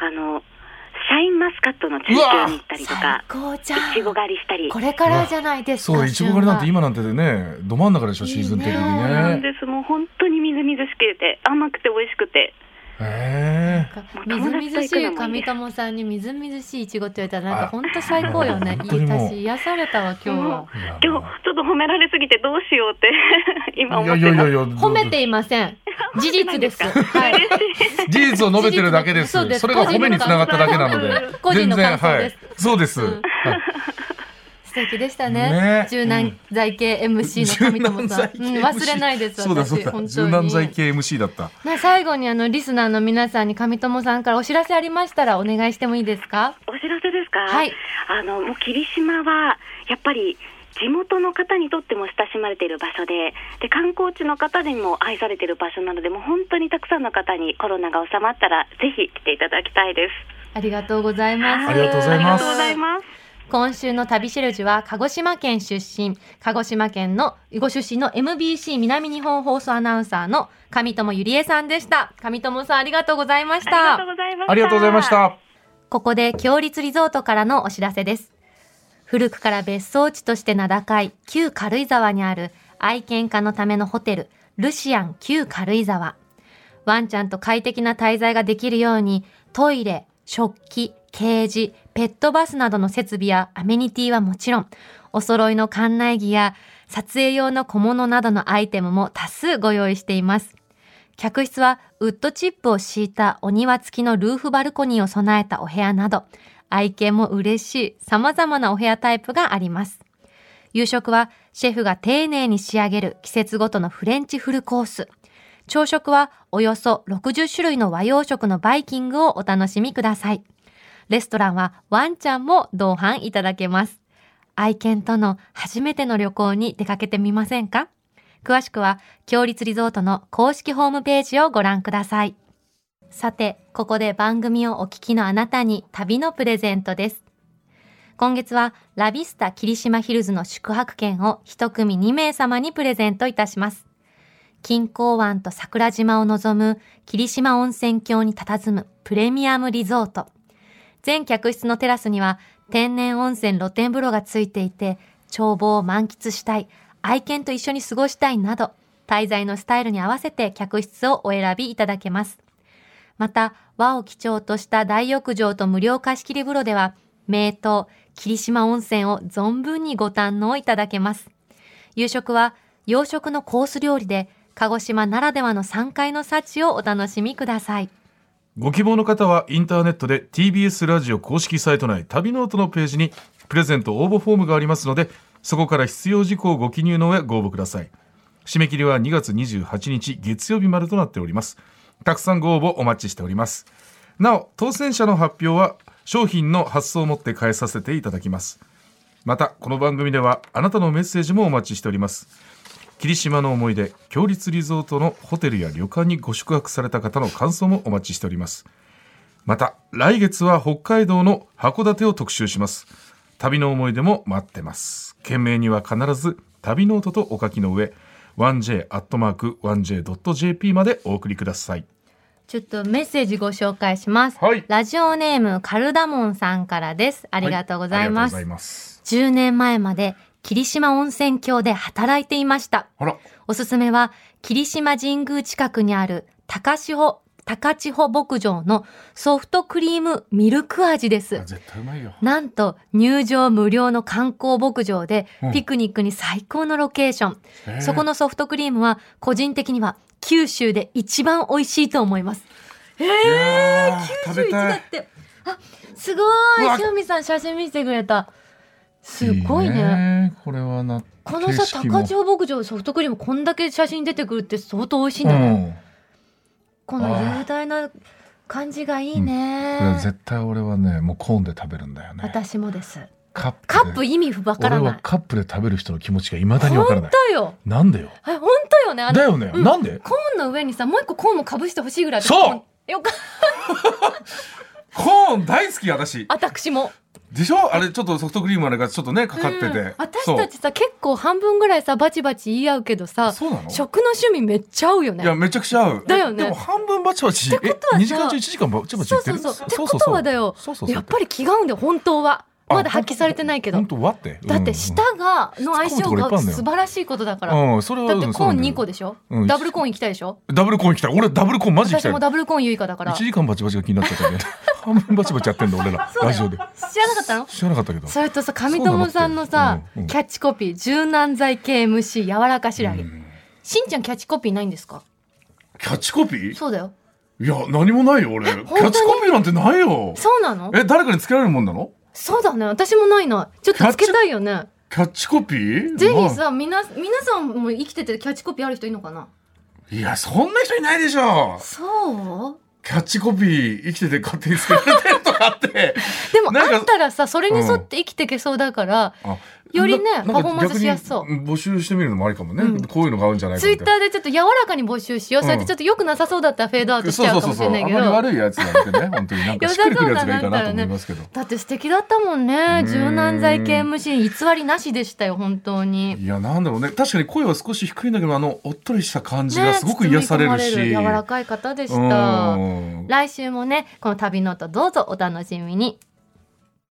[SPEAKER 4] あのシャインマスカットの中継に行ったりとか
[SPEAKER 2] こうちゃん
[SPEAKER 4] いちご狩りしたり
[SPEAKER 2] これからじゃないですか
[SPEAKER 3] そういちご狩りなんて
[SPEAKER 2] 旬は
[SPEAKER 3] 今なんてねど真ん中でしょシーズン的に
[SPEAKER 2] いいね
[SPEAKER 4] そうなん
[SPEAKER 3] ね
[SPEAKER 4] ですもう本当にみずみずしくて甘くて美味しくて
[SPEAKER 3] へえ
[SPEAKER 2] みずみずしい上友さんにみずみずしいいちごって言われたらなんか本当最高よね
[SPEAKER 3] あ
[SPEAKER 2] いい足し癒されたわ今日は
[SPEAKER 4] 今日ちょっと褒められすぎてどうしようって 今
[SPEAKER 3] い
[SPEAKER 4] 思
[SPEAKER 3] や
[SPEAKER 4] っ
[SPEAKER 3] い
[SPEAKER 4] て
[SPEAKER 3] やいや
[SPEAKER 4] ます
[SPEAKER 3] いや
[SPEAKER 2] 褒めていません事実 です
[SPEAKER 4] 褒めて
[SPEAKER 2] はい
[SPEAKER 3] 事実を述べてるだけです
[SPEAKER 2] そう
[SPEAKER 3] そ
[SPEAKER 2] です
[SPEAKER 3] れが褒めにつながっただけなので
[SPEAKER 2] 個人の感想
[SPEAKER 3] は
[SPEAKER 2] で
[SPEAKER 3] い
[SPEAKER 2] す
[SPEAKER 3] そうです、
[SPEAKER 2] うん
[SPEAKER 3] はい
[SPEAKER 2] 素敵でした
[SPEAKER 3] ね
[SPEAKER 2] ね柔軟在系 MC の上友さん、
[SPEAKER 3] 柔軟剤系
[SPEAKER 2] うん忘れないです
[SPEAKER 3] そうだ
[SPEAKER 2] 私
[SPEAKER 3] そうだ
[SPEAKER 2] 本当
[SPEAKER 3] 柔軟
[SPEAKER 2] に
[SPEAKER 3] 剤系 MC だった
[SPEAKER 2] な最後にあのリスナーの皆さんに上友さんからお知らせありましたらお願いしてもいいですか
[SPEAKER 4] お知らせですか
[SPEAKER 2] はい
[SPEAKER 4] あのもう霧島はやっぱり地元の方にとっても親しまれている場所でで観光地の方にも愛されている場所なのでもう本当にたくさんの方にコロナが収まったらぜひ来ていただきたいです
[SPEAKER 2] ありがとうございます
[SPEAKER 3] ありがとうござい
[SPEAKER 4] あ
[SPEAKER 3] ま
[SPEAKER 4] りがとうございます
[SPEAKER 2] 今週の旅しるじは鹿児島県出身鹿児島県のご出身の MBC 南日本放送アナウンサーの上友ゆりえさんでした上友さんありがとうございまし
[SPEAKER 4] ありがと
[SPEAKER 2] た
[SPEAKER 4] うございました
[SPEAKER 3] ありがとうございました
[SPEAKER 2] ここで強立リゾートからのお知らせです。古くから別荘地として名高い旧軽井沢にある愛犬家のためのホテル、ルシアン旧軽井沢。ワンちゃんと快適な滞在ができるように、トイレ、食器、ケージ、ペットバスなどの設備やアメニティはもちろん、お揃いの館内着や撮影用の小物などのアイテムも多数ご用意しています。客室はウッドチップを敷いたお庭付きのルーフバルコニーを備えたお部屋など、愛犬も嬉しい様々なお部屋タイプがあります。夕食はシェフが丁寧に仕上げる季節ごとのフレンチフルコース。朝食はおよそ60種類の和洋食のバイキングをお楽しみください。レストランはワンちゃんも同伴いただけます。愛犬との初めての旅行に出かけてみませんか詳しくは、強立リゾートの公式ホームページをご覧ください。さて、ここで番組をお聞きのあなたに旅のプレゼントです。今月は、ラビスタ霧島ヒルズの宿泊券を一組2名様にプレゼントいたします。近郊湾と桜島を望む霧島温泉郷に佇むプレミアムリゾート。全客室のテラスには天然温泉露天風呂がついていて、眺望を満喫したい、愛犬と一緒に過ごしたいなど、滞在のスタイルに合わせて客室をお選びいただけます。また、和を基調とした大浴場と無料貸し切り風呂では、名湯、霧島温泉を存分にご堪能いただけます。夕食は洋食のコース料理で、鹿児島ならではの3階の幸をお楽しみください。
[SPEAKER 3] ご希望の方はインターネットで TBS ラジオ公式サイト内旅ノートのページにプレゼント応募フォームがありますのでそこから必要事項をご記入の上ご応募ください締め切りは2月28日月曜日までとなっておりますたくさんご応募お待ちしておりますなお当選者の発表は商品の発送をもって返させていただきますまたこの番組ではあなたのメッセージもお待ちしております霧島の思い出強立リゾートのホテルや旅館にご宿泊された方の感想もお待ちしておりますまた来月は北海道の函館を特集します旅の思い出も待ってます件名には必ず旅ノートとお書きの上 1j.1j.jp までお送りください
[SPEAKER 2] ちょっとメッセージご紹介します。
[SPEAKER 3] はい
[SPEAKER 2] ラジオネームカルダモンさんからです。あ
[SPEAKER 3] あ
[SPEAKER 2] りがとうございます。
[SPEAKER 3] ありがとうございます
[SPEAKER 2] 10年前まで霧島温泉郷で働いていました。
[SPEAKER 3] あら
[SPEAKER 2] おすすめは霧島神宮近くにある高千穂、高千穂牧場のソフトクリームミルク味です
[SPEAKER 3] あ。絶対うまいよ
[SPEAKER 2] なんと入場無料の観光牧場で
[SPEAKER 3] うん
[SPEAKER 2] ピクニックに最高のロケーション。
[SPEAKER 3] へえ
[SPEAKER 2] そこのソフトクリームは個人的には九州で一番美味しいと思います。
[SPEAKER 3] いやー食べ
[SPEAKER 2] 91だ
[SPEAKER 3] た
[SPEAKER 2] っ
[SPEAKER 3] い
[SPEAKER 2] て。あ、すご
[SPEAKER 3] うわ
[SPEAKER 2] い。しおみさん写真見せてくれた。すごいね。
[SPEAKER 3] これはな
[SPEAKER 2] このさ、
[SPEAKER 3] 景色も
[SPEAKER 2] 高千穂牧場ソフトクリーム、こんだけ写真出てくるって相当美味しいん
[SPEAKER 3] う
[SPEAKER 2] だね。
[SPEAKER 3] ん
[SPEAKER 2] この雄大な感じがいいね。
[SPEAKER 3] 絶対俺はねもうコーンで食べるんだよね
[SPEAKER 2] 私もです。
[SPEAKER 3] カップで
[SPEAKER 2] カップ意味わから
[SPEAKER 3] 俺
[SPEAKER 2] な。
[SPEAKER 3] はいカップで食べる人の気持ちがいまだにわか
[SPEAKER 2] 本
[SPEAKER 3] らない
[SPEAKER 2] 当よ。
[SPEAKER 3] なんでよ
[SPEAKER 2] あ本当よね。あ
[SPEAKER 3] だ
[SPEAKER 2] の
[SPEAKER 3] よね、
[SPEAKER 2] うん
[SPEAKER 3] なんで
[SPEAKER 2] コーンの上にさもう一個コーンもかぶしてほしいぐらい。。
[SPEAKER 3] そう
[SPEAKER 2] よか
[SPEAKER 3] コーン大好き私
[SPEAKER 2] 私も。
[SPEAKER 3] でしょあれちょっとソフトクリームあれがちょっとねかかってて、
[SPEAKER 2] うん私たちさ結構半分ぐらいさバチバチ言い合うけどさ
[SPEAKER 3] そうそうなの
[SPEAKER 2] 食の趣味めっちゃ合うよね
[SPEAKER 3] いやめちゃくちゃ合う
[SPEAKER 2] だよね
[SPEAKER 3] でも半分バチバチ
[SPEAKER 2] ってことはさ
[SPEAKER 3] え2時間中1時間バチバチ
[SPEAKER 2] そ
[SPEAKER 3] 言
[SPEAKER 2] う
[SPEAKER 3] って
[SPEAKER 2] そ
[SPEAKER 3] る
[SPEAKER 2] うそうってことはだよ
[SPEAKER 3] そうそうそう
[SPEAKER 2] やっぱり気が合うんだよ本当は
[SPEAKER 3] あ
[SPEAKER 2] まだ発揮されてないけど
[SPEAKER 3] 本当はって
[SPEAKER 2] だって舌がの相性が素晴らしいことだから
[SPEAKER 3] うん、うん、それは
[SPEAKER 2] だってコーン2個
[SPEAKER 3] で
[SPEAKER 2] でしょ
[SPEAKER 3] うん
[SPEAKER 2] ダブルコーン行きたいでしょ
[SPEAKER 3] ダブルコーン行きたい俺ダブルコーンマジ行き
[SPEAKER 2] 私
[SPEAKER 3] たい
[SPEAKER 2] もダブルコーンゆいかだから
[SPEAKER 3] 1
[SPEAKER 2] 知
[SPEAKER 3] 時間バチバチが気になっちゃ ったんだよね半分バチバチやってんだ俺ら
[SPEAKER 2] そうだよ
[SPEAKER 3] ラジオで
[SPEAKER 2] らなかったの
[SPEAKER 3] 知らなかったけど
[SPEAKER 2] それとさ上友さんのさ
[SPEAKER 3] そうなのってうんうん
[SPEAKER 2] キャッチコピー柔軟剤系 MC 柔らか白
[SPEAKER 3] う
[SPEAKER 2] 毛
[SPEAKER 3] ん
[SPEAKER 2] しんちゃんキャッチコピーないんですか
[SPEAKER 3] キャッチコピー
[SPEAKER 2] そうだよ
[SPEAKER 3] いや何もないよ俺キャ
[SPEAKER 2] 本当に
[SPEAKER 3] ッチコピーなんてないよ
[SPEAKER 2] そうなの
[SPEAKER 3] え誰かにつけられるもんなの
[SPEAKER 2] そうだね私もないなちょっとつけたいよね
[SPEAKER 3] キャッチコピー
[SPEAKER 2] ぜひ
[SPEAKER 3] まあ
[SPEAKER 2] さみな皆さんも生きててキャッチコピーある人いるのかない
[SPEAKER 3] やそんな人いないでしょ
[SPEAKER 2] そう
[SPEAKER 3] キャッチコピー生きてて勝手につけられてるとかって
[SPEAKER 2] でも
[SPEAKER 3] なんか
[SPEAKER 2] あったらさそれに沿って生きていけそうだから、
[SPEAKER 3] あ
[SPEAKER 2] よりね
[SPEAKER 3] ななんか
[SPEAKER 2] パフォーマンスしやすそう
[SPEAKER 3] 逆に募集してみるのもありかもね、
[SPEAKER 2] うん
[SPEAKER 3] こういうのが合うんじゃないか
[SPEAKER 2] ツイ
[SPEAKER 3] み
[SPEAKER 2] ッ
[SPEAKER 3] た
[SPEAKER 2] タ
[SPEAKER 3] いな
[SPEAKER 2] ーでちょっと柔らかに募集しよう、そうやってちょっと良くなさそうだったらフェードアウトしち
[SPEAKER 3] そう
[SPEAKER 2] ゃ
[SPEAKER 3] そうう
[SPEAKER 2] か
[SPEAKER 3] そう
[SPEAKER 2] もし
[SPEAKER 3] そう
[SPEAKER 2] れ
[SPEAKER 3] あん
[SPEAKER 2] な
[SPEAKER 3] ま
[SPEAKER 2] い
[SPEAKER 3] り
[SPEAKER 2] けど
[SPEAKER 3] 悪いやつなんてね本当になんかしっくりくるやつがいいかなと思いますけど、
[SPEAKER 2] だって素敵だったもんね柔軟剤系 MC 偽りなしでしたよ本当に
[SPEAKER 3] いやなんだろうね確かに声は少し低いんだけどあのおっとりした感じ
[SPEAKER 2] ね
[SPEAKER 3] がすごく癒されるし、
[SPEAKER 2] 包み込まれる柔らかい方でし
[SPEAKER 3] う
[SPEAKER 2] た
[SPEAKER 3] ん
[SPEAKER 2] 来週もねこの旅ノートどうぞお楽しみに